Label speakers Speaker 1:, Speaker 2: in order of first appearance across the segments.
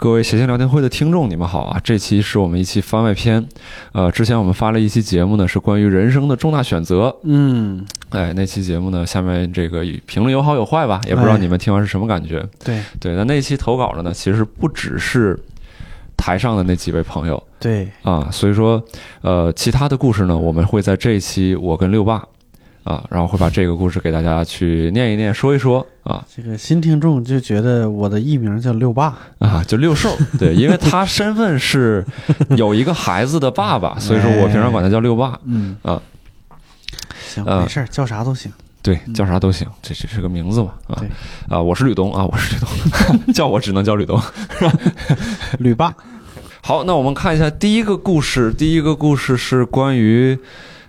Speaker 1: 各位谐星聊天会的听众，你们好啊！这期是我们一期番外篇，呃，之前我们发了一期节目呢，是关于人生的重大选择。
Speaker 2: 嗯，
Speaker 1: 哎，那期节目呢，下面这个评论有好有坏吧，也不知道你们听完是什么感觉。
Speaker 2: 对
Speaker 1: 对，那那期投稿的呢，其实不只是台上的那几位朋友
Speaker 2: 对，
Speaker 1: 啊，所以说，呃，其他的故事呢，我们会在这一期我跟六爸啊，然后会把这个故事给大家去念一念，说一说啊
Speaker 2: 这个新听众就觉得我的艺名叫六爸，
Speaker 1: 啊，就六兽，对，因为他身份是有一个孩子的爸爸，所以说我平常管他叫六爸。
Speaker 2: 嗯
Speaker 1: 啊，
Speaker 2: 行，
Speaker 1: 呃
Speaker 2: 没事儿，叫啥都行。
Speaker 1: 对，叫啥都行，这这是个名字嘛，啊
Speaker 2: 对
Speaker 1: 啊，我是吕东啊，我是吕东， 叫我只能叫吕东。
Speaker 2: 吕爸，
Speaker 1: 好，那我们看一下第一个故事。第一个故事是关于，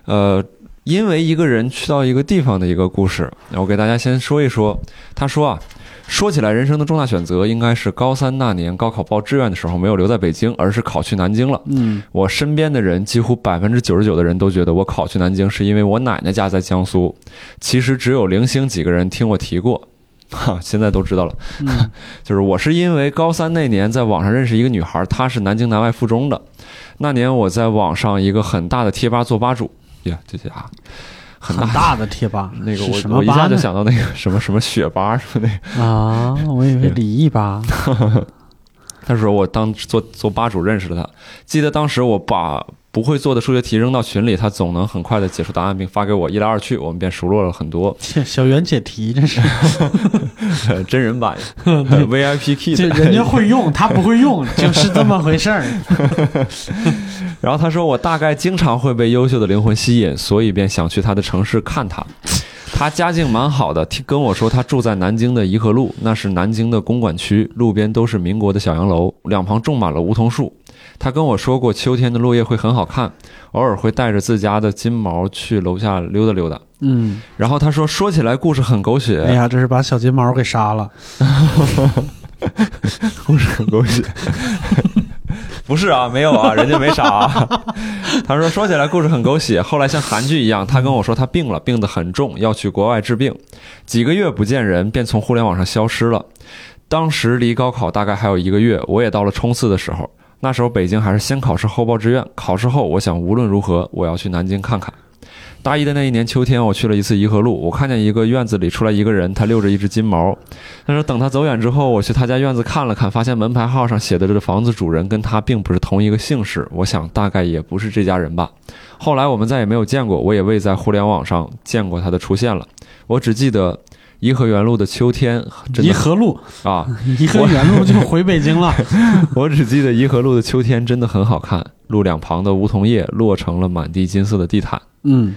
Speaker 1: 呃，因为一个人去到一个地方的一个故事。那我给大家先说一说。他说啊，说起来人生的重大选择应该是高三那年高考报志愿的时候，没有留在北京，而是考去南京了。
Speaker 2: 嗯
Speaker 1: 我身边的人几乎百分之九十九的人都觉得我考去南京是因为我奶奶家在江苏，其实只有零星几个人听我提过， 哈，现在都知道了。
Speaker 2: 嗯
Speaker 1: 就是我是因为高三那年在网上认识一个女孩，她是南京南外附中的。那年我在网上一个很大的贴吧做吧主，呀，这这啊，很
Speaker 2: 很
Speaker 1: 大
Speaker 2: 大的贴吧，
Speaker 1: 那个
Speaker 2: 是什
Speaker 1: 我
Speaker 2: 么
Speaker 1: 我一
Speaker 2: 吧
Speaker 1: 下就
Speaker 2: 呢？
Speaker 1: 想到那个什么什么雪吧什么那个。
Speaker 2: 啊，我以为李毅 吧，
Speaker 1: 他说我当做做吧主认识了她，记得当时我把不会做的数学题扔到群里，她总能很快的解出答案并发给我，一来二去我们便熟络了很多。呃
Speaker 2: 这小袁解 题，这是
Speaker 1: 真人版 VIP key，
Speaker 2: 这人家会用，他不 会用，就是这么回事儿。
Speaker 1: 然后他说：“我大概经常会被优秀的灵魂吸引，所以便想去他的城市看他。他家境蛮好的，听跟我说他住在南京的颐和路，那是南京的公馆区，路边都是民国的小洋楼，两旁种满了梧桐树。他跟我说过，秋天的落叶会很好看，偶尔会带着自家的金毛去楼下溜达溜达。
Speaker 2: 嗯，
Speaker 1: 然后他说，说起来故事很狗血，
Speaker 2: 哎呀，这是把小金毛给杀了。
Speaker 1: 不是很狗血。 不是啊，没有啊，人家没傻、啊。他说说起来故事很狗血，后来像韩剧一样，他跟我说他病了，病得很重，要去国外治病，几个月不见人，便从互联网上消失了。当时离高考大概还有一个月，我也到了冲刺的时候。那时候北京还是先考试后报志愿，考试后我想无论如何我要去南京看看。大一的那一年秋天，我去了一次颐和路，我看见一个院子里出来一个人，他遛着一只金毛，他说等他走远之后，我去他家院子看了看，发现门牌号上写的这个房子主人跟他并不是同一个姓氏，我想大概也不是这家人吧。后来我们再也没有见过，我也未在互联网上见过他的出现了。我只记得颐和园路的秋天，真
Speaker 2: 颐
Speaker 1: 的
Speaker 2: 和路，
Speaker 1: 啊，
Speaker 2: 颐和园路就回北 京了。
Speaker 1: 我只记得颐和路的秋天真的很好看，路两旁的梧桐叶落成了满地金色的地毯。
Speaker 2: 嗯，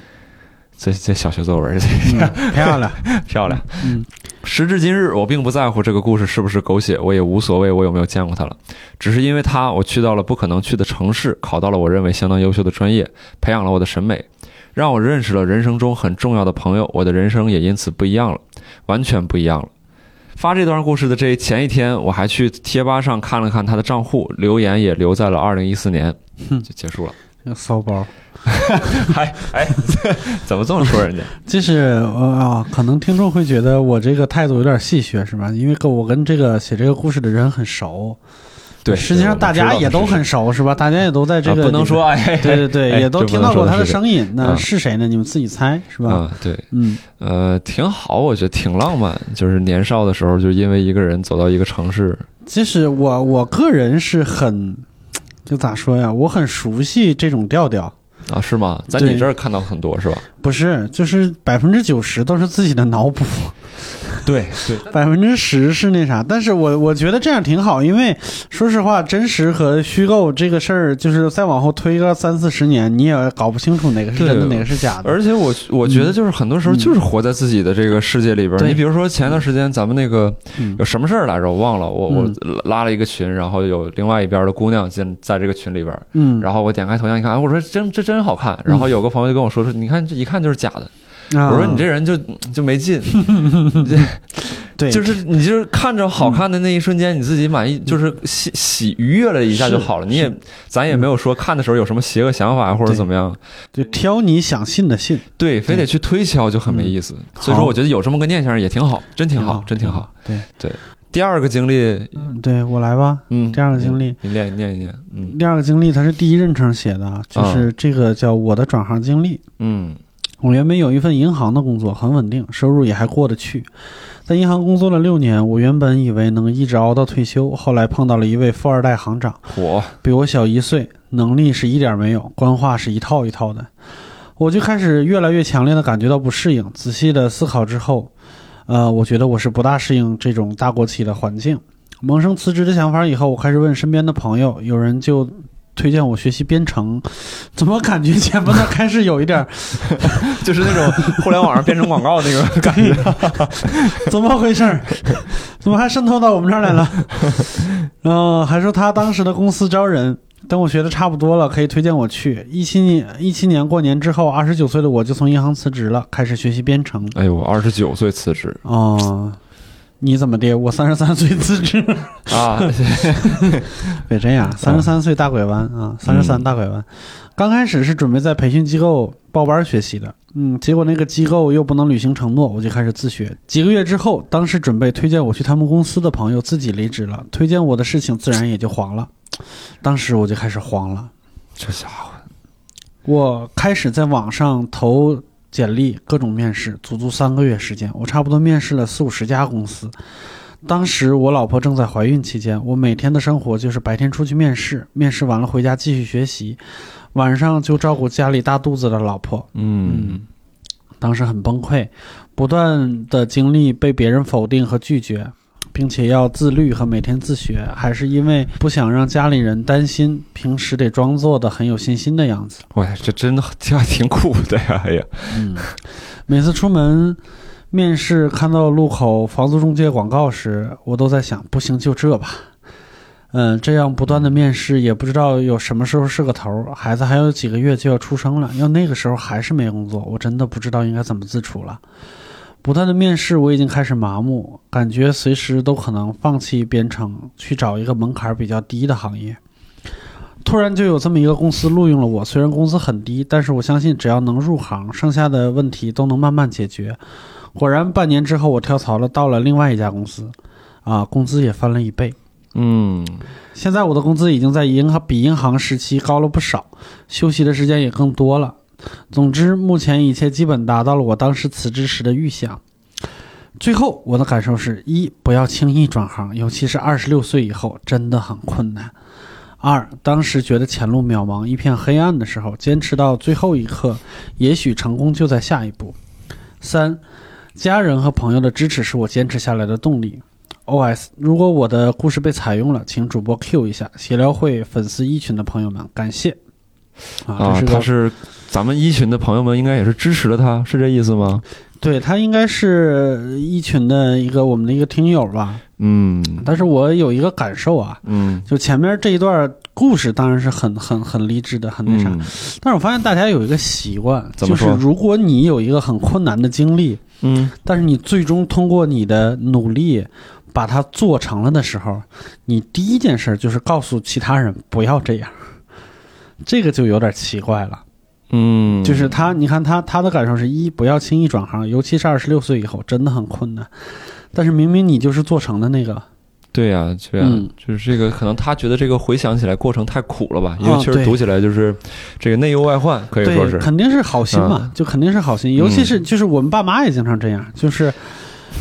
Speaker 1: 这这小学作文，这
Speaker 2: 嗯漂亮。
Speaker 1: 漂亮。
Speaker 2: 嗯，
Speaker 1: 时至今日，我并不在乎这个故事是不是狗血，我也无所谓我有没有见过他了，只是因为他，我去到了不可能去的城市，考到了我认为相当优秀的专业，培养了我的审美，让我认识了人生中很重要的朋友，我的人生也因此不一样了，完全不一样了。发这段故事的这一前一天，我还去贴吧上看了看他的账户，留言也留在了二零一四年，就
Speaker 2: 哼
Speaker 1: 结束了。
Speaker 2: 这个骚包。
Speaker 1: 哎哎， 怎么这么说人家？
Speaker 2: 就是呃啊，可能听众会觉得我这个态度有点戏谑，是吧？因为跟我跟这个写这个故事的人很熟，
Speaker 1: 对，
Speaker 2: 实际上大家也都
Speaker 1: 我知道他是谁
Speaker 2: 很熟，是吧？大家也都在这
Speaker 1: 啊
Speaker 2: 个、
Speaker 1: 不能说，哎，
Speaker 2: 对对对，
Speaker 1: 哎
Speaker 2: 也都
Speaker 1: 这不
Speaker 2: 听
Speaker 1: 能
Speaker 2: 到过
Speaker 1: 说
Speaker 2: 他
Speaker 1: 他
Speaker 2: 的
Speaker 1: 是谁
Speaker 2: 声音。那
Speaker 1: 嗯
Speaker 2: 是谁呢？你们自己猜，是吧？
Speaker 1: 啊，对，
Speaker 2: 嗯，
Speaker 1: 呃，挺好，我觉得挺浪漫。就是年少的时候，就因为一个人走到一个城市，
Speaker 2: 其实我我个人是很，就咋说呀？我很熟悉这种调调，
Speaker 1: 啊，是吗？在
Speaker 2: 对啊
Speaker 1: 你这儿看到很多是吧？
Speaker 2: 不是，就是百分之九十都是自己的脑补。
Speaker 1: 对对，
Speaker 2: 百分之十是那啥，但是我我觉得这样挺好，因为说实话，真实和虚构这个事儿，就是再往后推个三四十年，你也搞不清楚哪个是真的，
Speaker 1: 对
Speaker 2: 哪个是假的。
Speaker 1: 而且我我觉得就是很多时候
Speaker 2: 嗯
Speaker 1: 就是活在自己的这个世界里边儿。
Speaker 2: 对
Speaker 1: 你比如说前段时间咱们那个
Speaker 2: 嗯
Speaker 1: 有什么事儿来着，我忘了，我我
Speaker 2: 嗯
Speaker 1: 拉了一个群，然后有另外一边的姑娘进在这个群里边儿，
Speaker 2: 嗯，
Speaker 1: 然后我点开头像一看，哎，我说真这真好看，然后有个朋友就跟我说说，你看这一看就是假的，
Speaker 2: 啊
Speaker 1: 我说你这人就就没 劲，这
Speaker 2: 对
Speaker 1: 就是你就是看着好看的那一瞬间，你自己满意，就是喜喜愉悦了一下就好了。你也咱也没有说看的时候有什么邪恶想法或者怎么样，
Speaker 2: 就挑你想信的信，
Speaker 1: 对，非得去推敲就很没意思。所以说，我觉得有这么个念想也挺好，真挺好，真挺好。。
Speaker 2: 对
Speaker 1: 对，第二个经历，
Speaker 2: 对我来吧。
Speaker 1: 嗯，
Speaker 2: 第二个经历
Speaker 1: 你，你念一念一念，嗯
Speaker 2: 第二个经历它是第一人称写的啊，就是这个叫我的转行经历。
Speaker 1: 嗯
Speaker 2: 我原本有一份银行的工作，很稳定，收入也还过得去。在银行工作了六年，我原本以为能一直熬到退休，后来碰到了一位富二代行长，
Speaker 1: 火，
Speaker 2: 比我小一岁，能力是一点没有，官话是一套一套的。我就开始越来越强烈的感觉到不适应。仔细的思考之后，呃，我觉得我是不大适应这种大国企的环境。萌生辞职的想法以后，我开始问身边的朋友，有人就推荐我学习编程，怎么感觉前面的开始有一点儿
Speaker 1: 就是那种互联网上变成广告那 个感觉，
Speaker 2: 怎么回事儿？怎么还渗透到我们这儿来了？然后还说他当时的公司招人，等我学的差不多了，可以推荐我去。一七年一七年过年之后，二十九岁的我就从银行辞职了，开始学习编程。
Speaker 1: 哎呦，二十九岁辞职
Speaker 2: 哦，你怎么的？我三十三岁辞职，
Speaker 1: 啊，
Speaker 2: 别这样，三十三岁大拐弯啊，三十三大拐弯。刚开始是准备在培训机构报班学习的，嗯，结果那个机构又不能履行承诺，我就开始自学。几个月之后，当时准备推荐我去他们公司的朋友自己离职了，推荐我的事情自然也就黄了。当时我就开始慌了，
Speaker 1: 这家伙，
Speaker 2: 我开始在网上投简历，各种面试，足足三个月时间，我差不多面试了四五十家公司。当时我老婆正在怀孕期间，我每天的生活就是白天出去面试，面试完了回家继续学习，晚上就照顾家里大肚子的老婆。
Speaker 1: 嗯
Speaker 2: 当时很崩溃，不断的经历被别人否定和拒绝，并且要自律和每天自学，还是因为不想让家里人担心，平时得装作的很有信心的样子。
Speaker 1: 哇，这真的挺挺酷的呀！哎呀，
Speaker 2: 嗯， 每次出门面试看到路口房租中介广告时，我都在想，不行就这吧。嗯，这样不断的面试，也不知道有什么时候是个头儿。孩子还有几个月就要出生了，要那个时候还是没工作，我真的不知道应该怎么自处了。不断的面试，我已经开始麻木，感觉随时都可能放弃编程，去找一个门槛比较低的行业。突然就有这么一个公司录用了我，虽然工资很低，但是我相信只要能入行，剩下的问题都能慢慢解决。果然，半年之后我跳槽了，到了另外一家公司，啊，工资也翻了一倍。
Speaker 1: 嗯，
Speaker 2: 现在我的工资已经在银行比银行时期高了不少，休息的时间也更多了。总之，目前一切基本达到了我当时辞职时的预想。最后，我的感受是：一，不要轻易转行，尤其是二十六岁以后，真的很困难；二，当时觉得前路渺茫、一片黑暗的时候，坚持到最后一刻，也许成功就在下一步；三，家人和朋友的支持是我坚持下来的动力。OS，如果我的故事被采用了，请主播 Q 一下协聊会粉丝一群的朋友们，感谢。啊，
Speaker 1: 啊
Speaker 2: 这，是
Speaker 1: 他
Speaker 2: 个
Speaker 1: 是咱们一群的朋友们应该也是支持了他，是这意思吗？
Speaker 2: 对他应该是一群的一个我们的一个听友吧，
Speaker 1: 嗯
Speaker 2: 但是我有一个感受啊，
Speaker 1: 嗯，
Speaker 2: 就前面这一段故事当然是很很很励志的，很那啥，
Speaker 1: 嗯
Speaker 2: 但是我发现大家有一个习惯，
Speaker 1: 怎
Speaker 2: 就
Speaker 1: 么
Speaker 2: 是
Speaker 1: 说
Speaker 2: 如果你有一个很困难的经历，
Speaker 1: 嗯，
Speaker 2: 但是你最终通过你的努力把它做成了的时候，你第一件事就是告诉其他人不要这样，这个就有点奇怪了。
Speaker 1: 嗯，
Speaker 2: 就是他，你看他他的感受是一不要轻易转行，尤其是二十六岁以后，真的很困难。但是明明你就是做成的那个，
Speaker 1: 对呀、对呀、
Speaker 2: 嗯
Speaker 1: 就是这个，可能他觉得这个回想起来过程太苦了吧，
Speaker 2: 啊
Speaker 1: 因为确实
Speaker 2: 对
Speaker 1: 读起来就是这个内忧外患，可以说
Speaker 2: 对，
Speaker 1: 是，嗯
Speaker 2: 肯定是好心嘛，就肯定是好心。尤其是就是我们爸妈也经常这样，就是，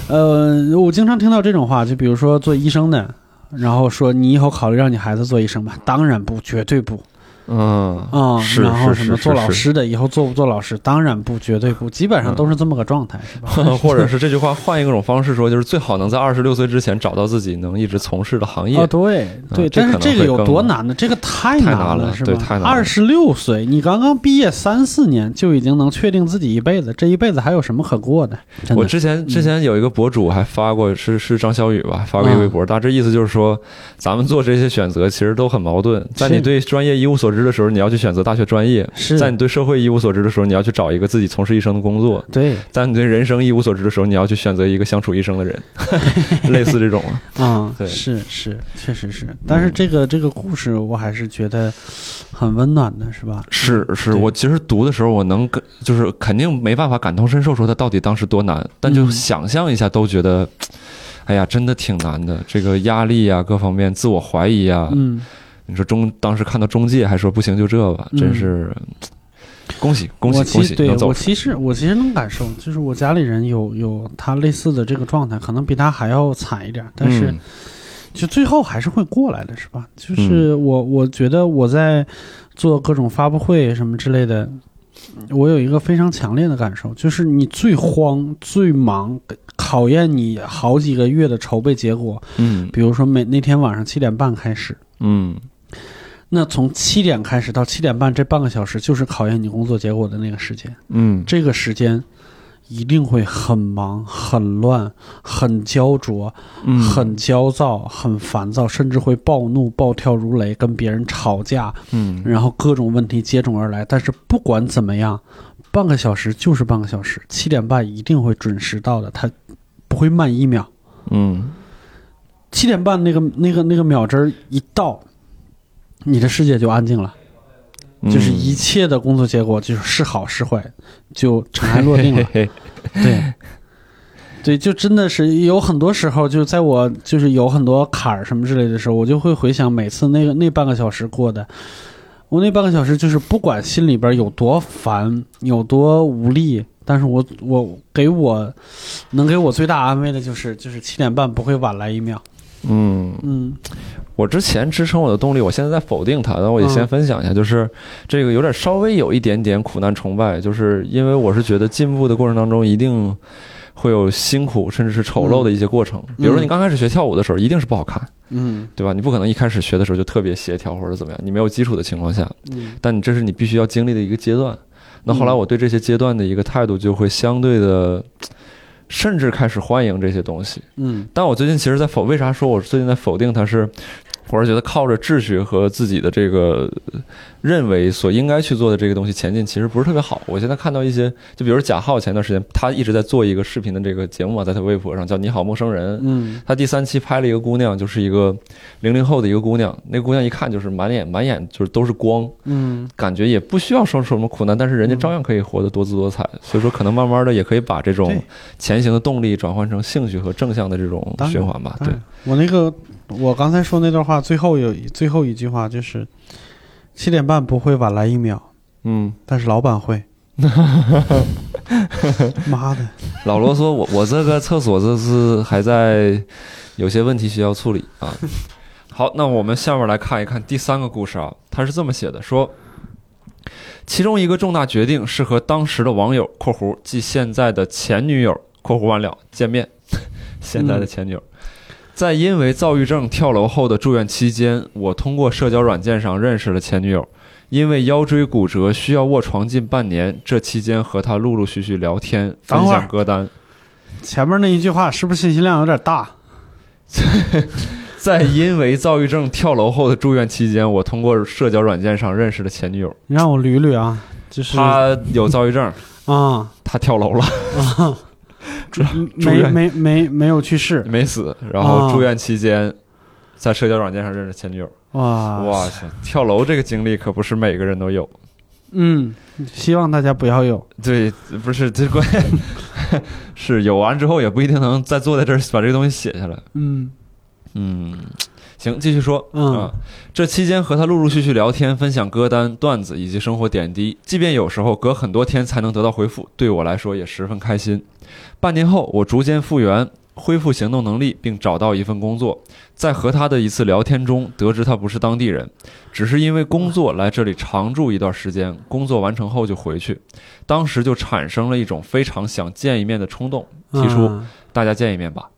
Speaker 2: 呃，我经常听到这种话，就比如说做医生的，然后说你以后考虑让你孩子做医生吧，当然不，绝对不
Speaker 1: 嗯
Speaker 2: 啊、
Speaker 1: 是
Speaker 2: 然后
Speaker 1: 是
Speaker 2: 什
Speaker 1: 是
Speaker 2: 么
Speaker 1: 是
Speaker 2: 做老
Speaker 1: 是嗯
Speaker 2: 师的，以后做不做老师，当然不，绝对不，基本上都是这么个状态，是吧？
Speaker 1: 或者是这句话换一种方式说，就是最好能在二十六岁之前找到自己能一直从事的行业。啊
Speaker 2: 哦，对对，
Speaker 1: 这
Speaker 2: 但
Speaker 1: 可
Speaker 2: 是
Speaker 1: 能
Speaker 2: 这个
Speaker 1: 会
Speaker 2: 有
Speaker 1: 更
Speaker 2: 多难呢？这个太
Speaker 1: 太
Speaker 2: 难
Speaker 1: 难了
Speaker 2: 是
Speaker 1: 对
Speaker 2: 吧？
Speaker 1: 太难了
Speaker 2: 二十六岁，你刚刚毕业三四年就已经能确定自己一辈子，这一辈子还有什么可过的？真
Speaker 1: 我
Speaker 2: 的，
Speaker 1: 之前之前有一个博主还发过，是是张小雨吧，发过一
Speaker 2: 啊
Speaker 1: 微博，大致意思就是说，咱们做这些选择其实都很矛盾，在
Speaker 2: 是
Speaker 1: 你对专业一无所知的时候，你要去选择大学专业；
Speaker 2: 是
Speaker 1: 在你对社会一无所知的时候，你要去找一个自己从事一生的工作；
Speaker 2: 对
Speaker 1: 在你对人生一无所知的时候，你要去选择一个相处一生的 人，类似这种啊。
Speaker 2: 啊，
Speaker 1: 对嗯
Speaker 2: 是是，确实是。但是这个这个故事，我还是觉得很温暖的，是吧？
Speaker 1: 是是，
Speaker 2: 对
Speaker 1: 我其实读的时候，我能跟就是肯定没办法感同身受，说他到底当时多难，但就
Speaker 2: 嗯
Speaker 1: 想象一下都觉得，哎呀，真的挺难的，这个压力呀、各方面自我怀疑啊呀、
Speaker 2: 嗯，
Speaker 1: 你说中当时看到中介还说不行就这吧，
Speaker 2: 嗯
Speaker 1: 真是、恭喜恭喜恭
Speaker 2: 我其
Speaker 1: 喜，
Speaker 2: 对
Speaker 1: 能走
Speaker 2: 我
Speaker 1: 出
Speaker 2: 其实我其实能感受，就是我家里人有有他类似的这个状态，可能比他还要惨一点，但是、
Speaker 1: 嗯
Speaker 2: 就最后还是会过来的，是吧？就是我，我觉得我在做各种发布会什么之类的，我有一个非常强烈的感受，就是你最慌、最忙，考验你好几个月的筹备结果。
Speaker 1: 嗯
Speaker 2: 比如说每那天晚上七点半开始，
Speaker 1: 嗯
Speaker 2: 那从七点开始到七点半这半个小时，就是考验你工作结果的那个时间。
Speaker 1: 嗯
Speaker 2: 这个时间一定会很忙、很乱、很焦灼，
Speaker 1: 嗯，
Speaker 2: 很焦躁、很烦躁，甚至会暴怒、暴跳如雷，跟别人吵架，
Speaker 1: 嗯
Speaker 2: 然后各种问题接踵而来。但是不管怎么样，半个小时就是半个小时，七点半一定会准时到的，他不会慢一秒。
Speaker 1: 嗯
Speaker 2: 七点半那个那个那个秒针儿一到，你的世界就安静了，
Speaker 1: 嗯，
Speaker 2: 就是一切的工作结果就是是好是坏，就尘埃落定了。
Speaker 1: 嘿嘿
Speaker 2: 对， 对，就真的是有很多时候，就在我就是有很多坎儿什么之类的时候，我就会回想每次那个那半个小时过的，我那半个小时就是不管心里边有多烦，有多无力，但是我我给我能给我最大安慰的就是就是七点半不会晚来一秒。
Speaker 1: 嗯。
Speaker 2: 嗯
Speaker 1: 我之前支撑我的动力，我现在在否定它，但我也先
Speaker 2: 嗯
Speaker 1: 分享一下，就是这个有点稍微有一点点苦难崇拜，就是因为我是觉得进步的过程当中一定会有辛苦，甚至是丑陋的一些过程。比如说你刚开始学跳舞的时候，一定是不好看，
Speaker 2: 嗯
Speaker 1: 对吧？你不可能一开始学的时候就特别协调或者怎么样，你没有基础的情况下，
Speaker 2: 嗯
Speaker 1: 但你这是你必须要经历的一个阶段。那后来我对这些阶段的一个态度就会相对的，甚至开始欢迎这些东西。
Speaker 2: 嗯
Speaker 1: 但我最近其实，在否为啥说我最近在否定它是，我是觉得靠着秩序和自己的这个呃认为所应该去做的这个东西前进，其实不是特别好。我现在看到一些，就比如贾浩前段时间他一直在做一个视频的这个节目啊，在他微博上叫《你好陌生人》。
Speaker 2: 嗯
Speaker 1: 他第三期拍了一个姑娘，就是一个零零后的一个姑娘，那姑娘一看就是满脸满眼就是都是光，
Speaker 2: 嗯
Speaker 1: 感觉也不需要受什么苦难，但是人家照样可以活得多姿多
Speaker 2: 嗯
Speaker 1: 彩。所以说，可能慢慢的也可以把这种
Speaker 2: 对
Speaker 1: 前行的动力转换成兴趣和正向的这种
Speaker 2: 当然
Speaker 1: 循环吧。
Speaker 2: 当
Speaker 1: 对
Speaker 2: 然，我那个我刚才说那段话，最后有最后一句话就是七点半不会晚来一秒。
Speaker 1: 嗯，
Speaker 2: 但是老板会。妈的，
Speaker 1: 老罗说我我这个厕所这是还在有些问题需要处理啊。 好，那我们下面来看一看第三个故事啊，他是这么写的，说其中一个重大决定是和当时的网友（括弧即现在的前女友）（括弧完了）见面， 现在的前女友。
Speaker 2: 嗯
Speaker 1: 在因为躁郁症跳楼后的住院期间，我通过社交软件上认识了前女友。因为腰椎骨折需要卧床近半年，这期间和她陆陆续续聊天，
Speaker 2: 等
Speaker 1: 分
Speaker 2: 会儿
Speaker 1: 享歌单。
Speaker 2: 前面那一句话是不是信息量有点大？
Speaker 1: 在因为躁郁症跳楼后的住院期间，我通过社交软件上认识了前女友。
Speaker 2: 你让我捋捋啊，就是啊
Speaker 1: 她有躁郁症，
Speaker 2: 啊，
Speaker 1: 她跳楼了，
Speaker 2: 住
Speaker 1: 住
Speaker 2: 没
Speaker 1: 院
Speaker 2: 没没没有去世
Speaker 1: 没死。然后住院期间，在社交软件上认识前女友。
Speaker 2: 哇
Speaker 1: 哇塞，跳楼这个经历可不是每个人都有。
Speaker 2: 嗯，希望大家不要有
Speaker 1: 对，不是这关 键是有完之后也不一定能再坐在这儿把这个东西写下来。
Speaker 2: 嗯
Speaker 1: 嗯，行，继续说。
Speaker 2: 嗯
Speaker 1: 啊，这期间和他陆陆续续聊天，分享歌单、段子以及生活点滴，即便有时候隔很多天才能得到回复，对我来说也十分开心。半年后，我逐渐复原。恢复行动能力，并找到一份工作。在和他的一次聊天中，得知他不是当地人，只是因为工作来这里常住一段时间。工作完成后就回去，当时就产生了一种非常想见一面的冲动，提出
Speaker 2: 啊
Speaker 1: 大家见一面吧。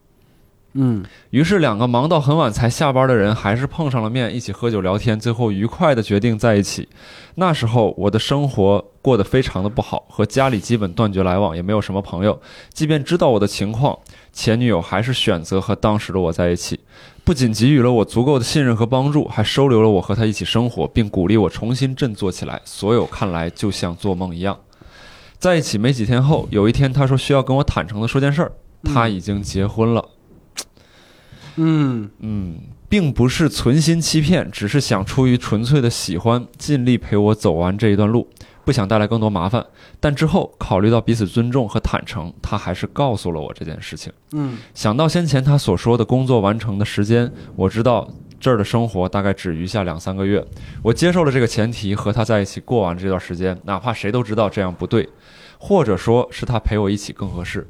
Speaker 2: 嗯
Speaker 1: 于是，两个忙到很晚才下班的人还是碰上了面，一起喝酒聊天，最后愉快的决定在一起。那时候，我的生活过得非常的不好，和家里基本断绝来往，也没有什么朋友。即便知道我的情况，前女友还是选择和当时的我在一起，不仅给予了我足够的信任和帮助，还收留了我和她一起生活，并鼓励我重新振作起来。所有看来就像做梦一样。在一起没几天后，有一天她说需要跟我坦诚的说件事儿，她已经结婚了。
Speaker 2: 嗯
Speaker 1: 嗯，并不是存心欺骗，只是想出于纯粹的喜欢，尽力陪我走完这一段路。不想带来更多麻烦。但之后考虑到彼此尊重和坦诚，他还是告诉了我这件事情。
Speaker 2: 嗯
Speaker 1: 想到先前他所说的工作完成的时间，我知道这儿的生活大概只余下两三个月。我接受了这个前提，和他在一起过完这段时间，哪怕谁都知道这样不对，或者说是他陪我一起更合适。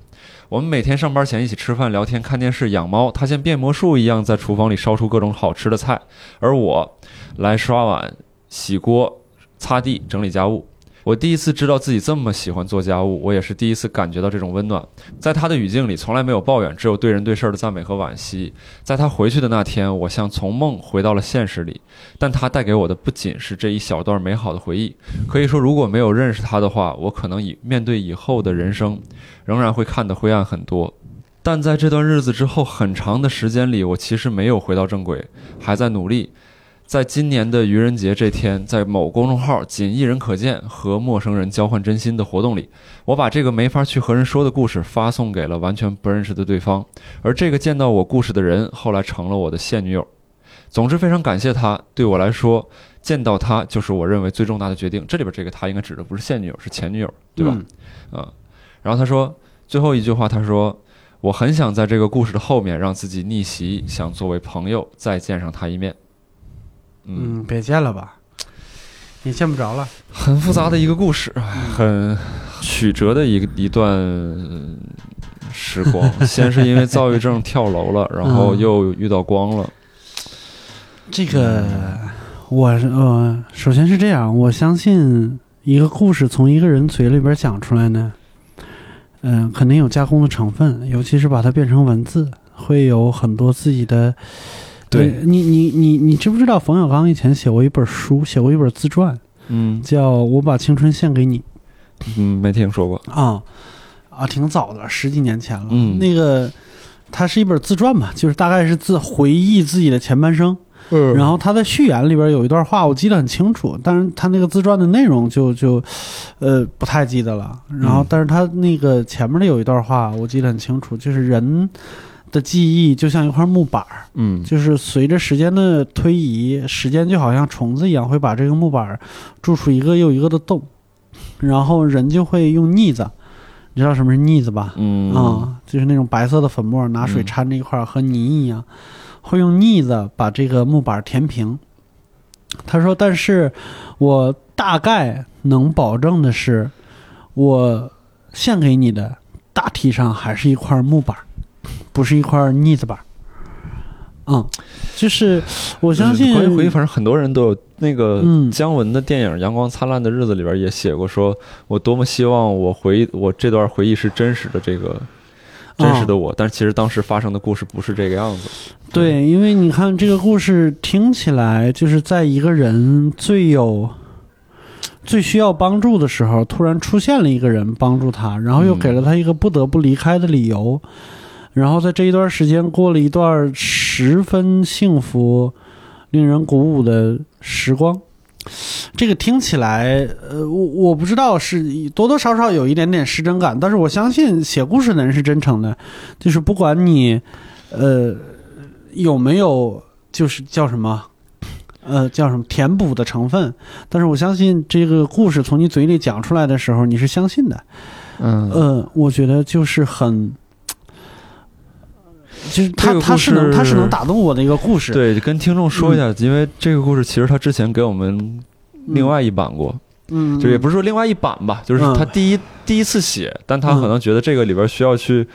Speaker 1: 我们每天上班前一起吃饭、聊天、看电视、养猫，他像变魔术一样在厨房里烧出各种好吃的菜，而我来刷碗、洗锅、擦地、整理家务。我第一次知道自己这么喜欢做家务，我也是第一次感觉到这种温暖。在他的语境里，从来没有抱怨，只有对人对事儿的赞美和惋惜。在他回去的那天，我像从梦回到了现实里，但他带给我的不仅是这一小段美好的回忆，可以说，如果没有认识他的话，我可能以面对以后的人生，仍然会看得灰暗很多。但在这段日子之后很长的时间里，我其实没有回到正轨，还在努力。在今年的愚人节这天，在某公众号“仅一人可见”和陌生人交换真心的活动里，我把这个没法去和人说的故事发送给了完全不认识的对方，而这个见到我故事的人，后来成了我的现女友。总之，非常感谢他，对我来说，见到他就是我认为最重大的决定。这里边这个他应该指的不是现女友，是前女友，对吧？
Speaker 2: 嗯
Speaker 1: 啊、然后他说最后一句话，他说我很想在这个故事的后面让自己逆袭，想作为朋友再见上他一面。嗯，
Speaker 2: 嗯，别见了吧，也见不着了。
Speaker 1: 很复杂的一个故事，很曲折的一个一段呃时光。先是因为躁郁症跳楼了，然后又遇到光了。
Speaker 2: 这个，
Speaker 1: 嗯
Speaker 2: 我是呃，首先是这样，我相信一个故事从一个人嘴里边讲出来呢，嗯、肯定有加工的成分，尤其是把它变成文字，会有很多自己的。
Speaker 1: 对
Speaker 2: 呃你，你你你知不知道冯小刚以前写过一本书，写过一本自传，
Speaker 1: 嗯
Speaker 2: 叫《我把青春献给你》
Speaker 1: 嗯，没听说过。
Speaker 2: 啊啊，挺早的，十几年前了。
Speaker 1: 嗯
Speaker 2: 那个它是一本自传吧，就是大概是自回忆自己的前半生。
Speaker 1: 嗯
Speaker 2: 然
Speaker 1: 后
Speaker 2: 后他在序言里边有一段话，我记得很清楚，但是他那个自传的内容就就，呃，不太记得了。然后
Speaker 1: 嗯，
Speaker 2: 但是他那个前面的有一段话，我记得很清楚，就是人的记忆就像一块木板儿，
Speaker 1: 嗯
Speaker 2: 就是随着时间的推移，时间就好像虫子一样，会把这个木板儿蛀出一个又一个的洞，然后人就会用腻子，你知道什么是腻子吧？
Speaker 1: 嗯
Speaker 2: 啊、就是那种白色的粉末，拿水
Speaker 1: 嗯
Speaker 2: 掺着一块儿，和泥一样，会用腻子把这个木板填平。他说：“但是我大概能保证的是，我献给你的大体上还是一块木板， 不是一块腻子板。”嗯，就是我相信，
Speaker 1: 关于回忆，反正很多人都有那个
Speaker 2: 嗯
Speaker 1: 姜文的电影《阳光灿烂的日子》里边也写过说，我多么希望我回忆我这段回忆是真实的这
Speaker 2: 哦
Speaker 1: 个。真实的我，但是其实当时发生的故事不是这个样子。
Speaker 2: 对，因为你看这个故事听起来，就是在一个人最有、最需要帮助的时候，突然出现了一个人帮助他，然后又
Speaker 1: 嗯
Speaker 2: 给了他一个不得不离开的理由，然后在这一段时间过了一段十分幸福、令人鼓舞的时光。这个听起来，呃，我我不知道是多多少少有一点点失真感，但是我相信写故事的人是真诚的，就是不管你，呃，有没有就是叫什么，呃，叫什么填补的成分？但是我相信这个故事从你嘴里讲出来的时候，你是相信的。
Speaker 1: 嗯
Speaker 2: 呃，我觉得就是很，就是
Speaker 1: 这
Speaker 2: 他
Speaker 1: 个
Speaker 2: 他
Speaker 1: 故
Speaker 2: 是能
Speaker 1: 事
Speaker 2: 他是能打动我的一个故事。，
Speaker 1: 对，跟听众说一
Speaker 2: 嗯
Speaker 1: 下，因为这个故事其实他之前给我们另外一版过，
Speaker 2: 嗯，
Speaker 1: 就也不是说另外一版吧，就是
Speaker 2: 嗯
Speaker 1: 他第一、第一次写，但他可能觉得这个里边需要去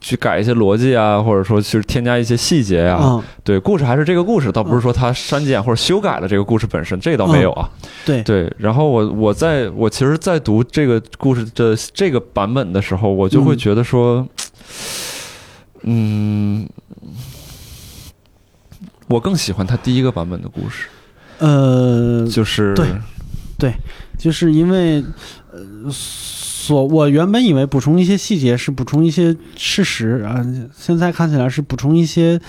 Speaker 1: 去改一些逻辑啊，或者说去添加一些细节呀、
Speaker 2: 啊、
Speaker 1: 对，故事还是这个故事，倒
Speaker 2: 嗯
Speaker 1: 不是说他删减或者修改了这个故事本身，这倒没有啊。
Speaker 2: 嗯对
Speaker 1: 对，然后我我在我其实，在读这个故事的这个版本的时候，我就会
Speaker 2: 嗯
Speaker 1: 觉得说，嗯，我更喜欢他第一个版本的故事，
Speaker 2: 呃，
Speaker 1: 就是
Speaker 2: 对就是因为呃，所我原本以为补充一些细节是补充一些事实啊、现在看起来是补充一些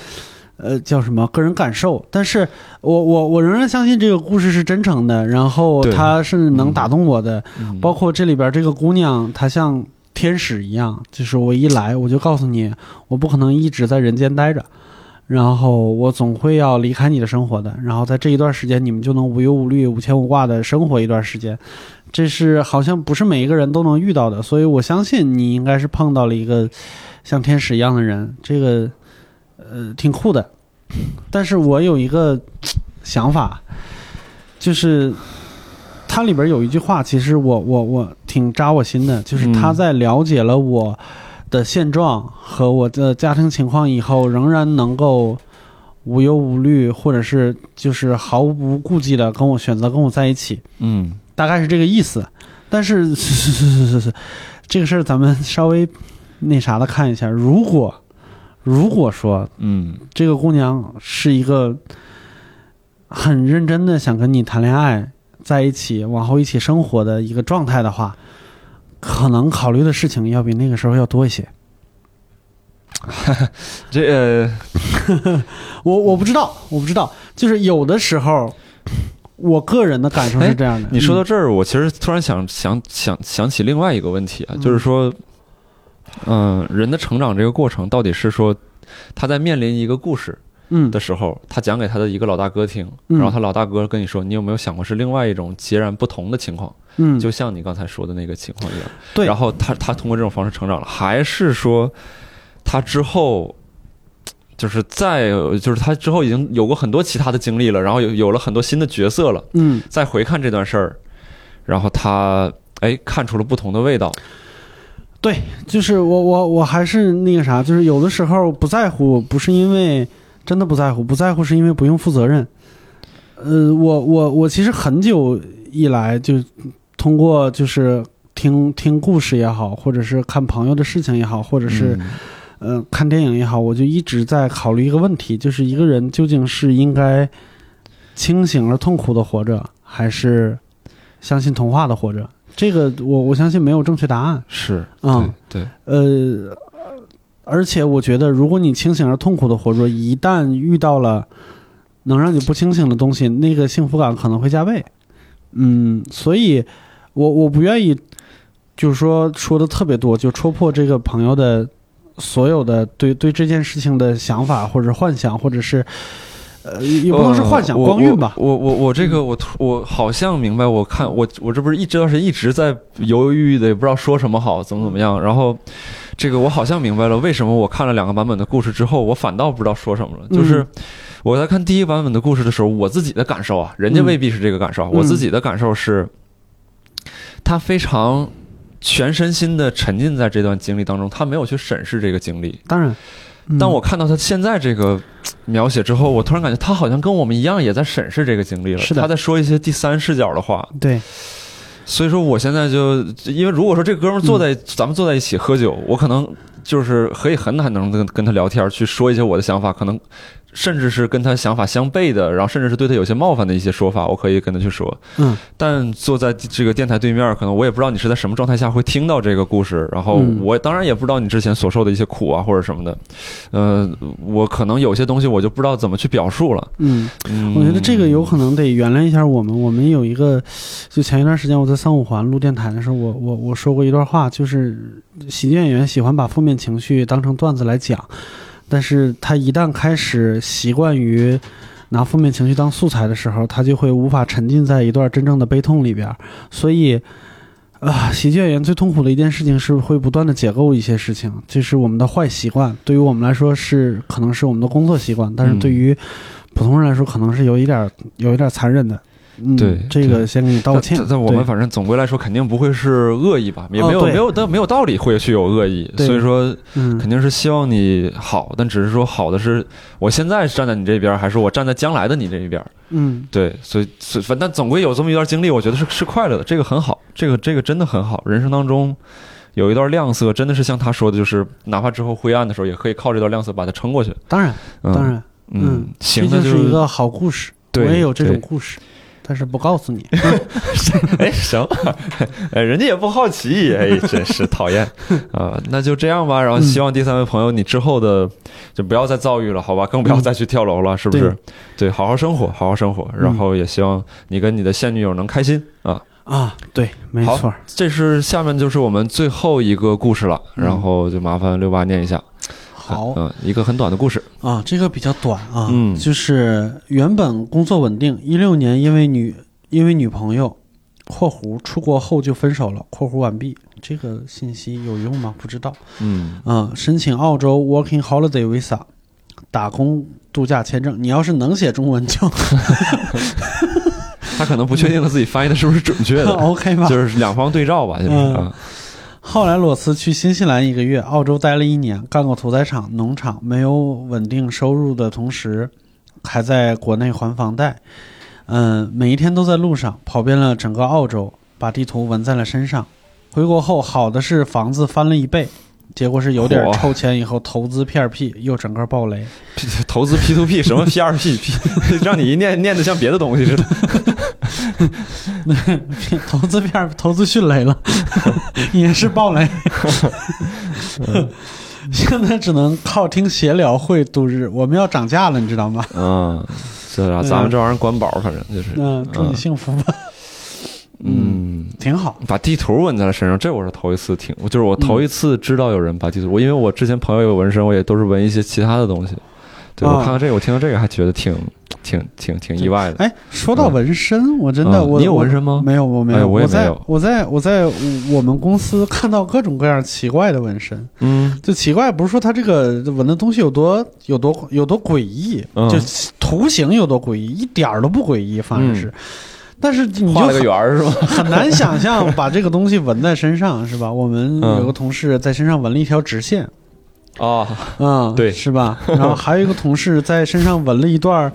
Speaker 2: 呃叫什么个人感受，但是我我我仍然相信这个故事是真诚的，然后
Speaker 1: 对
Speaker 2: 它是能
Speaker 1: 嗯
Speaker 2: 打动我的，
Speaker 1: 嗯
Speaker 2: 包括这里边这个姑娘，她像天使一样，就是我一来我就告诉你，我不可能一直在人间待着。然后我总会要离开你的生活的。然后在这一段时间，你们就能无忧无虑、无牵无挂的生活一段时间，这是好像不是每一个人都能遇到的。所以我相信你应该是碰到了一个像天使一样的人，这个呃挺酷的。但是我有一个想法，就是它里边有一句话，其实我我我挺扎我心的，就是他在了解了我的现状和我的家庭情况以后，仍然能够无忧无虑，或者是就是毫无顾忌的跟我选择跟我在一起，
Speaker 1: 嗯，
Speaker 2: 大概是这个意思。但是是是是是是是，这个事儿咱们稍微那啥的看一下，如果如果说
Speaker 1: 嗯，
Speaker 2: 这个姑娘是一个很认真的想跟你谈恋爱，在一起，往后一起生活的一个状态的话，可能考虑的事情要比那个时候要多一些。
Speaker 1: 这呃
Speaker 2: 我我不知道，我不知道，就是有的时候，我个人的感受是这样的。
Speaker 1: 哎你说到这儿，我其实突然想想想想起另外一个问题啊，
Speaker 2: 嗯
Speaker 1: 就是说，嗯、人的成长这个过程到底是说他在面临一个故事
Speaker 2: 嗯，
Speaker 1: 的时候，他讲给他的一个老大哥听，
Speaker 2: 嗯
Speaker 1: 然后他老大哥跟你说，你有没有想过是另外一种截然不同的情况？
Speaker 2: 嗯，
Speaker 1: 就像你刚才说的那个情况一样。
Speaker 2: 对
Speaker 1: 然后他他通过这种方式成长了，还是说他之后就是在就是他之后已经有过很多其他的经历了，然后有有了很多新的角色了，
Speaker 2: 嗯，
Speaker 1: 再回看这段事儿，然后他哎看出了不同的味道。
Speaker 2: 对，就是我我我还是那个啥，就是有的时候不在乎，不是因为真的不在乎，不在乎是因为不用负责任。呃，我我我其实很久以来就通过就是听听故事也好，或者是看朋友的事情也好，或者是嗯、呃看电影也好，我就一直在考虑一个问题，就是一个人究竟是应该清醒而痛苦的活着，还是相信童话的活着？这个我我相信没有正确答案。
Speaker 1: 是，
Speaker 2: 嗯
Speaker 1: 对对，
Speaker 2: 呃，而且我觉得，如果你清醒而痛苦的活着，一旦遇到了能让你不清醒的东西，那个幸福感可能会加倍。嗯，所以我我不愿意，就是说说的特别多，就戳破这个朋友的所有的对对这件事情的想法或者幻想，或者是呃，也不能是幻想，
Speaker 1: 呃我
Speaker 2: 光晕吧。
Speaker 1: 我我我我这个我突我好像明白，我看我我这不是一直是一直在犹犹豫豫的，也不知道说什么好，怎么怎么样。然后这个我好像明白了，为什么我看了两个版本的故事之后，我反倒不知道说什么了。就是
Speaker 2: 嗯
Speaker 1: 我在看第一版本的故事的时候，我自己的感受啊，人家未必是这个感受啊，
Speaker 2: 嗯
Speaker 1: 我自己的感受是，他非常。全身心的沉浸在这段经历当中，他没有去审视这个经历，
Speaker 2: 当然，嗯
Speaker 1: 但我看到他现在这个描写之后，我突然感觉他好像跟我们一样，也在审视这个经历了。
Speaker 2: 是的
Speaker 1: 他在说一些第三视角的话。
Speaker 2: 对
Speaker 1: 所以说，我现在就因为如果说这哥们儿坐在、
Speaker 2: 嗯
Speaker 1: 咱们坐在一起喝酒，我可能就是可以很难能跟跟他聊天，去说一些我的想法，可能甚至是跟他想法相悖的，然后甚至是对他有些冒犯的一些说法，我可以跟他去说。
Speaker 2: 嗯
Speaker 1: 但坐在这个电台对面，可能我也不知道你是在什么状态下会听到这个故事，然后
Speaker 2: 嗯
Speaker 1: 我当然也不知道你之前所受的一些苦啊或者什么的，呃，我可能有些东西我就不知道怎么去表述了。
Speaker 2: 嗯。
Speaker 1: 嗯，
Speaker 2: 我觉得这个有可能得原谅一下我们。我们有一个，就前一段时间我在三五环录电台的时候，我我我说过一段话，就是喜剧演员喜欢把负面情绪当成段子来讲，但是他一旦开始习惯于拿负面情绪当素材的时候，他就会无法沉浸在一段真正的悲痛里边儿。所以，啊，喜剧演员最痛苦的一件事情是会不断的解构一些事情，这是我们的坏习惯。对于我们来说是可能是我们的工作习惯，但是
Speaker 1: 嗯
Speaker 2: 对于普通人来说可能是有一点儿有一点儿残忍的。嗯，
Speaker 1: 对
Speaker 2: 这个先给你道
Speaker 1: 但
Speaker 2: 歉
Speaker 1: 但。但我
Speaker 2: 对
Speaker 1: 们反正总归来说，肯定不会是恶意吧，也
Speaker 2: 哦
Speaker 1: 没有、
Speaker 2: 对
Speaker 1: 没有但没有道理会去有恶意，
Speaker 2: 对
Speaker 1: 所以说
Speaker 2: 嗯
Speaker 1: 肯定是希望你好，但只是说好的是我现在站在你这边，还是我站在将来的你这一边。
Speaker 2: 嗯，
Speaker 1: 对，所以所以反但总归有这么一段经历，我觉得是是快乐的，这个很好，这个这个真的很好。人生当中有一段亮色，真的是像他说的，就是哪怕之后灰暗的时候，也可以靠这段亮色把它撑过去。
Speaker 2: 当然
Speaker 1: 嗯、
Speaker 2: 当，然，
Speaker 1: 嗯
Speaker 2: 嗯，
Speaker 1: 行，
Speaker 2: 这
Speaker 1: 那
Speaker 2: 就是一
Speaker 1: 就
Speaker 2: 个好故事。我
Speaker 1: 对
Speaker 2: 也有这种
Speaker 1: 对
Speaker 2: 故事，但是不告诉你。
Speaker 1: 哎行，哎人家也不好奇，哎真是讨厌啊、那就这样吧。然后
Speaker 2: 嗯
Speaker 1: 希望第三位朋友你之后的就不要再遭遇了，好吧，更
Speaker 2: 嗯
Speaker 1: 不要再去跳楼了，是不是？对，好好生活，好好生活。然
Speaker 2: 嗯
Speaker 1: 后也希望你跟你的现女友能开心啊。
Speaker 2: 啊，对，没
Speaker 1: 好
Speaker 2: 错儿。
Speaker 1: 这是下面就是我们最后一个故事了，
Speaker 2: 嗯
Speaker 1: 然后就麻烦六八念一下。
Speaker 2: 好
Speaker 1: 嗯，一个很短的故事，
Speaker 2: 啊，这个比较短啊，
Speaker 1: 嗯
Speaker 2: 就是原本工作稳定，一六年因为女因为女朋友（括弧出国后就分手了）（括弧完毕），这个信息有用吗？不知道。
Speaker 1: 嗯
Speaker 2: 啊，申请澳洲 Working Holiday Visa，打工度假签证。你要是能写中文就
Speaker 1: 他可能不确定他自己翻译的是不是准确 的，
Speaker 2: OK 吧。
Speaker 1: 就是两方对照吧，就是
Speaker 2: 嗯
Speaker 1: 啊，
Speaker 2: 后来裸辞去新西兰一个月，澳洲待了一年，干过屠宰场、农场，没有稳定收入的同时，还在国内还房贷。嗯，每一天都在路上，跑遍了整个澳洲，把地图纹在了身上。回国后，好的是房子翻了一倍，结果是有点
Speaker 1: 嚯
Speaker 2: 臭钱以后投资 P 二 P 又整个暴雷。
Speaker 1: 投资 P to P 什么 P 二 P P，让你一念念的像别的东西似的，
Speaker 2: 投资片儿投资迅 雷了，也是暴雷。
Speaker 1: 嗯
Speaker 2: 现在只能靠听闲聊会度日，我们要涨价了，你知道吗？
Speaker 1: 嗯，是啊，咱们这玩意儿管饱，反正就是，
Speaker 2: 嗯，祝你幸福吧，
Speaker 1: 嗯。
Speaker 2: 挺好。
Speaker 1: 把地图纹在了身上，这我是头一次听，我就是我头
Speaker 2: 嗯
Speaker 1: 一次知道有人把地图，我、因为我之前朋友有纹身，我也都是纹一些其他的东西。对，
Speaker 2: 啊
Speaker 1: 我看到这个，我听到这个还觉得挺挺挺挺意外的。
Speaker 2: 哎，说到纹身，我真的
Speaker 1: 嗯
Speaker 2: 我
Speaker 1: 你有纹身吗
Speaker 2: 我没有，我没有，
Speaker 1: 哎我也没
Speaker 2: 在
Speaker 1: 有
Speaker 2: 我在我在我们公司看到各种各样奇怪的纹身。
Speaker 1: 嗯
Speaker 2: 就奇怪，不是说他这个纹的东西有多有多有多诡异，
Speaker 1: 嗯
Speaker 2: 就图形有多诡异，一点儿都不诡异，反而是。但是你就
Speaker 1: 嗯画了个
Speaker 2: 很
Speaker 1: 圆儿是 吧？
Speaker 2: 很难想象把这个东西纹在身上，是吧？我们
Speaker 1: 嗯
Speaker 2: 有个同事在身上纹了一条直线，
Speaker 1: 啊，
Speaker 2: 啊、
Speaker 1: 对
Speaker 2: 是吧？然后还有一个同事在身上纹了一段儿，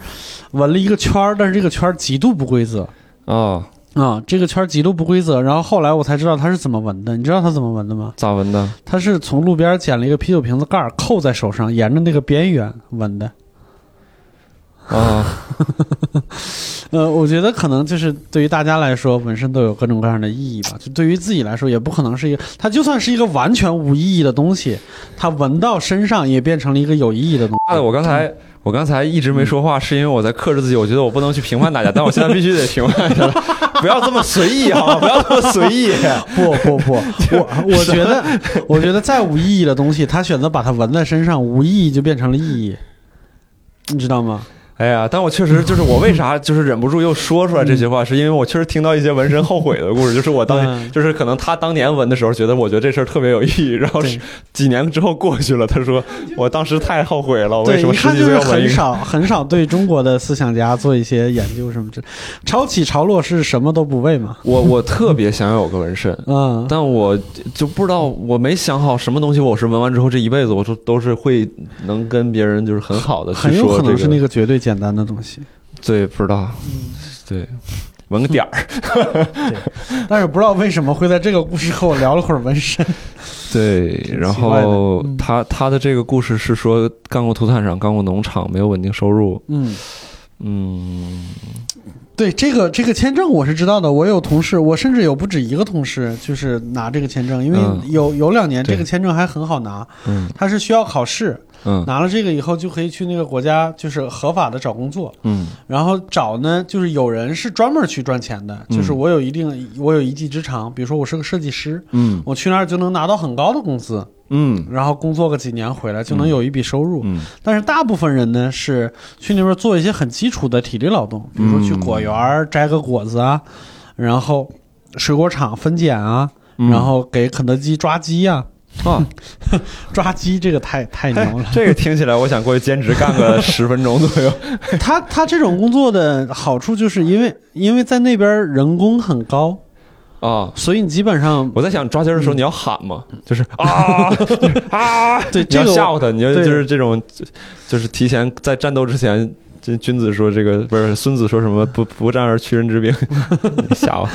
Speaker 2: 纹了一个圈儿，但是这个圈儿极度不规则
Speaker 1: 哦，
Speaker 2: 啊、这个圈儿极度不规则。然后后来我才知道他是怎么纹的，你知道他怎么纹的吗？
Speaker 1: 咋纹的？
Speaker 2: 他是从路边捡了一个啤酒瓶子盖儿，扣在手上，沿着那个边缘纹的。
Speaker 1: 啊，
Speaker 2: 呃，我觉得可能就是对于大家来说，纹身都有各种各样的意义吧。就对于自己来说，也不可能是一个，它就算是一个完全无意义的东西，它纹到身上也变成了一个有意义的东
Speaker 1: 妈的！我刚
Speaker 2: 嗯
Speaker 1: 才我刚才一直没说话，是因为我在克制自己，我觉得我不能去评判大家，但我现在必须得评判一下了，不要这么随意好吗？不要这么随意。
Speaker 2: 西。不不 不，我我觉得，我觉得再无意义的东西，他选择把它纹在身上，无意义就变成了意义，你知道吗？
Speaker 1: 哎呀，但我确实就是我为啥就是忍不住又说出来这些话，是因为我确实听到一些纹身后悔的故事，就是我当
Speaker 2: 嗯
Speaker 1: 年就是可能他当年纹的时候觉得我觉得这事儿特别有意义，然后
Speaker 2: 对
Speaker 1: 是几年之后过去了，他说我当时太后悔了，我为
Speaker 2: 对，
Speaker 1: 什么
Speaker 2: 一
Speaker 1: 十
Speaker 2: 看
Speaker 1: 几
Speaker 2: 就
Speaker 1: 岁
Speaker 2: 是
Speaker 1: 要纹一
Speaker 2: 很
Speaker 1: 个？
Speaker 2: 少很少对中国的思想家做一些研究什么之，潮起潮落是什么都不为嘛。
Speaker 1: 我我特别想有个纹身，
Speaker 2: 嗯，
Speaker 1: 但我就不知道，我没想好什么东西，我是纹完之后这一辈子我都都是会能跟别人就是很好的去
Speaker 2: 很有
Speaker 1: 说
Speaker 2: 可能
Speaker 1: 这
Speaker 2: 是那个绝对简单的东西，
Speaker 1: 对，不知道，对，纹个点 儿，
Speaker 2: 但是不知道为什么会在这个故事和我聊了会儿纹身。
Speaker 1: 对，
Speaker 2: 挺
Speaker 1: 然
Speaker 2: 奇怪的
Speaker 1: 后
Speaker 2: 嗯
Speaker 1: 他他的这个故事是说干过屠宰场，干过农场，没有稳定收入。
Speaker 2: 嗯，
Speaker 1: 嗯，
Speaker 2: 对，这个这个签证我是知道的，我有同事，我甚至有不止一个同事就是拿这个签证，因为
Speaker 1: 嗯
Speaker 2: 有有两年
Speaker 1: 对
Speaker 2: 这个签证还很好拿，
Speaker 1: 嗯
Speaker 2: 它是需要考试，
Speaker 1: 嗯
Speaker 2: 拿了这个以后就可以去那个国家就是合法的找工作。
Speaker 1: 嗯
Speaker 2: 然后找呢，就是有人是专门去赚钱的，就是
Speaker 1: 嗯
Speaker 2: 我有一定我有一技之长，比如说我是个设计师，
Speaker 1: 嗯
Speaker 2: 我去那儿就能拿到很高的工资，
Speaker 1: 嗯
Speaker 2: 然后工作个几年回来就能有一笔收入。
Speaker 1: 嗯
Speaker 2: 但是大部分人呢是去那边做一些很基础的体力劳动，比如说去果园儿摘个果子啊，然后水果厂分拣啊，
Speaker 1: 嗯
Speaker 2: 然后给肯德基抓鸡呀、哦
Speaker 1: 啊，
Speaker 2: 抓鸡这个太太牛了。
Speaker 1: 这个听起来我想过去兼职干个十分钟左 右。
Speaker 2: 哎 他他这种工作的好处就是因为因为在那边人工很高，
Speaker 1: 啊。
Speaker 2: 所以你基本上
Speaker 1: 我在想抓阄的时候你要喊吗？就是 啊就是啊，
Speaker 2: 对
Speaker 1: 你要
Speaker 2: 这个我
Speaker 1: 吓唬他，你要
Speaker 2: 对
Speaker 1: 就是这种，就是提前在战斗之前，这君子说这个不是孙子说什么不不战而屈人之兵， 你啊吓我。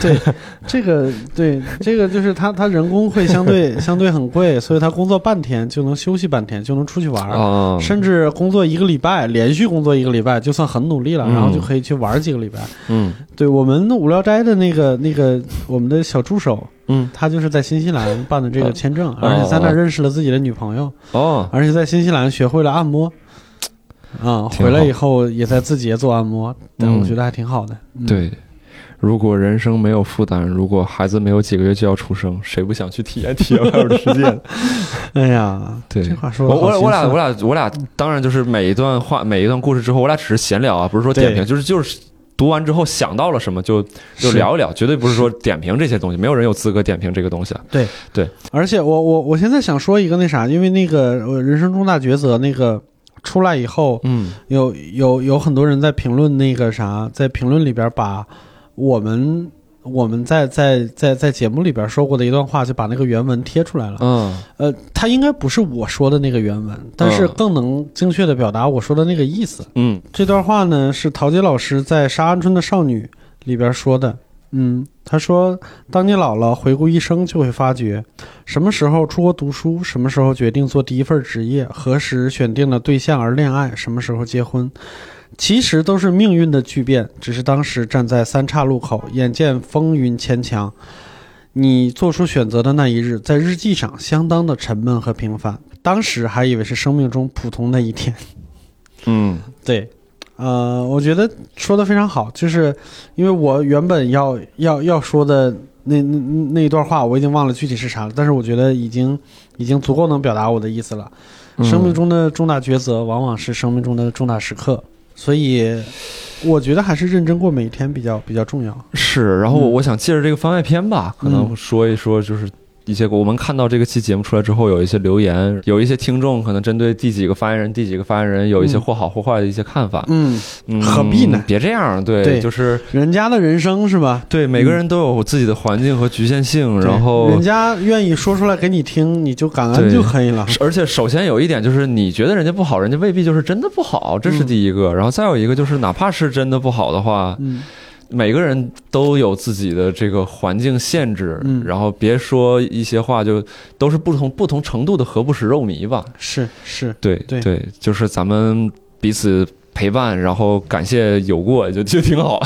Speaker 2: 对这个对这个就是他他人工会相对相对很贵，所以他工作半天就能休息半天，就能出去玩儿。
Speaker 1: 啊，
Speaker 2: 甚至工作一个礼拜，连续工作一个礼拜，就算很努力了，
Speaker 1: 嗯
Speaker 2: 然后就可以去玩几个礼拜。
Speaker 1: 嗯
Speaker 2: 对我们无聊斋的那个那个我们的小助手，
Speaker 1: 嗯
Speaker 2: 他就是在新西兰办的这个签证，
Speaker 1: 哦
Speaker 2: 而且在那儿认识了自己的女朋友，
Speaker 1: 哦，
Speaker 2: 而且在新西兰学会了按摩。啊、
Speaker 1: 挺好
Speaker 2: 回来以后也在自己也做按摩，但
Speaker 1: 嗯
Speaker 2: 我觉得还挺好的。嗯、
Speaker 1: 对，如果人生没有负担，如果孩子没有几个月就要出生，谁不想去体验体验外边的世界呢？
Speaker 2: 哎呀，
Speaker 1: 对
Speaker 2: 这话说
Speaker 1: 我
Speaker 2: 的
Speaker 1: 我我俩我俩我俩当然就是每一段话每一段故事之后，我俩只是闲聊啊，不是说点评，
Speaker 2: 对
Speaker 1: 就是就是读完之后想到了什么就就是聊一聊，绝对不是说点评这些东西，没有人有资格点评这个东西啊。
Speaker 2: 而且我我我现在想说一个那啥，因为那个呃人生重大抉择那个出来以后，
Speaker 1: 嗯
Speaker 2: 有有有很多人在评论那个啥，在评论里边把我们我们在在在在节目里边说过的一段话，就把那个原文贴出来了。
Speaker 1: 嗯
Speaker 2: 呃，它应该不是我说的那个原文，但是
Speaker 1: 嗯
Speaker 2: 更能精确的表达我说的那个意思。
Speaker 1: 嗯
Speaker 2: 这段话呢是陶杰老师在《沙鹌鹑的少女》里边说的。嗯，他说，当你老了，回顾一生，就会发觉，什么时候出国读书，什么时候决定做第一份职业，何时选定了对象而恋爱，什么时候结婚，其实都是命运的巨变。只是当时站在三岔路口，眼见风云牵强，你做出选择的那一日，在日记上相当的沉闷和平凡。当时还以为是生命中普通的一天。
Speaker 1: 嗯
Speaker 2: 对，呃，我觉得说的非常好，就是因为我原本要要要说的那那那一段话，我已经忘了具体是啥了，但是我觉得已经已经足够能表达我的意思了。
Speaker 1: 嗯
Speaker 2: 生命中的重大抉择，往往是生命中的重大时刻，所以我觉得还是认真过每一天比较比较重要。
Speaker 1: 是，然后我
Speaker 2: 嗯
Speaker 1: 我想借着这个番外篇吧，可能
Speaker 2: 嗯
Speaker 1: 说一说就是。一些我们看到这个期节目出来之后，有一些留言，有一些听众可能针对第几个发言人、第几个发言人有一些
Speaker 2: 嗯
Speaker 1: 或好或坏的一些看法。
Speaker 2: 嗯，
Speaker 1: 嗯，
Speaker 2: 何必呢
Speaker 1: 别这样，对，嗯
Speaker 2: 对
Speaker 1: 就是
Speaker 2: 人家的人生是吧？
Speaker 1: 对每个人都有自己的环境和局限性，然后
Speaker 2: 人家愿意说出来给你听，你就感恩
Speaker 1: 对
Speaker 2: 就可以了。
Speaker 1: 而且首先有一点就是，你觉得人家不好，人家未必就是真的不好，这是第一个。然后再有一个就是，哪怕是真的不好的话，
Speaker 2: 嗯
Speaker 1: 每个人都有自己的这个环境限制，
Speaker 2: 嗯
Speaker 1: 然后别说一些话，就都是不同不同程度的何不食肉糜吧。
Speaker 2: 是是，
Speaker 1: 对
Speaker 2: 嗯对
Speaker 1: 就是咱们彼此陪伴，然后感谢有过，就就挺好。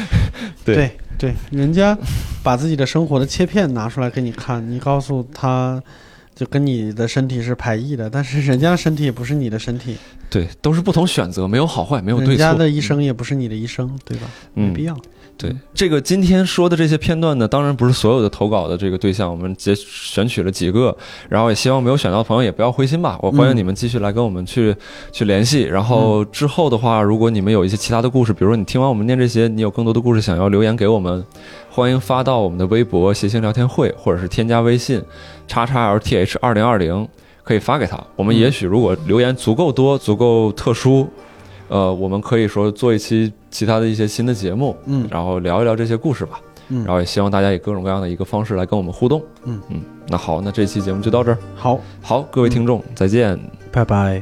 Speaker 1: 对
Speaker 2: 对对，人家把自己的生活的切片拿出来给你看，你告诉他，就跟你的身体是排异的，但是人家的身体也不是你的身体，
Speaker 1: 对，都是不同选择，没有好坏，没有对
Speaker 2: 人家
Speaker 1: 错。
Speaker 2: 的一生也不是你的一生，对吧？没
Speaker 1: 嗯
Speaker 2: 必，要。
Speaker 1: 对，这个今天说的这些片段呢，当然不是所有的投稿的这个对象，我们节选取了几个，然后也希望没有选到的朋友也不要灰心吧，我欢迎
Speaker 2: 嗯
Speaker 1: 你们继续来跟我们去、去联系。然后之后的话，如果你们有一些其他的故事，比如说你听完我们念这些，你有更多的故事想要留言给我们，欢迎发到我们的微博“谐星聊天会”，或者是添加微信“叉叉 LTH 二零二零”，可以发给他。我们
Speaker 2: 嗯
Speaker 1: 也许如果留言足够多、足够特殊，呃，我们可以说做一期其他的一些新的节目。
Speaker 2: 嗯
Speaker 1: 然后聊一聊这些故事吧。
Speaker 2: 嗯
Speaker 1: 然，后也希望大家以各种各样的一个方式来跟我们互动。
Speaker 2: 嗯
Speaker 1: 嗯，那好，那这期节目就到这儿。
Speaker 2: 好，
Speaker 1: 好，各位听众，再见。
Speaker 2: 拜拜。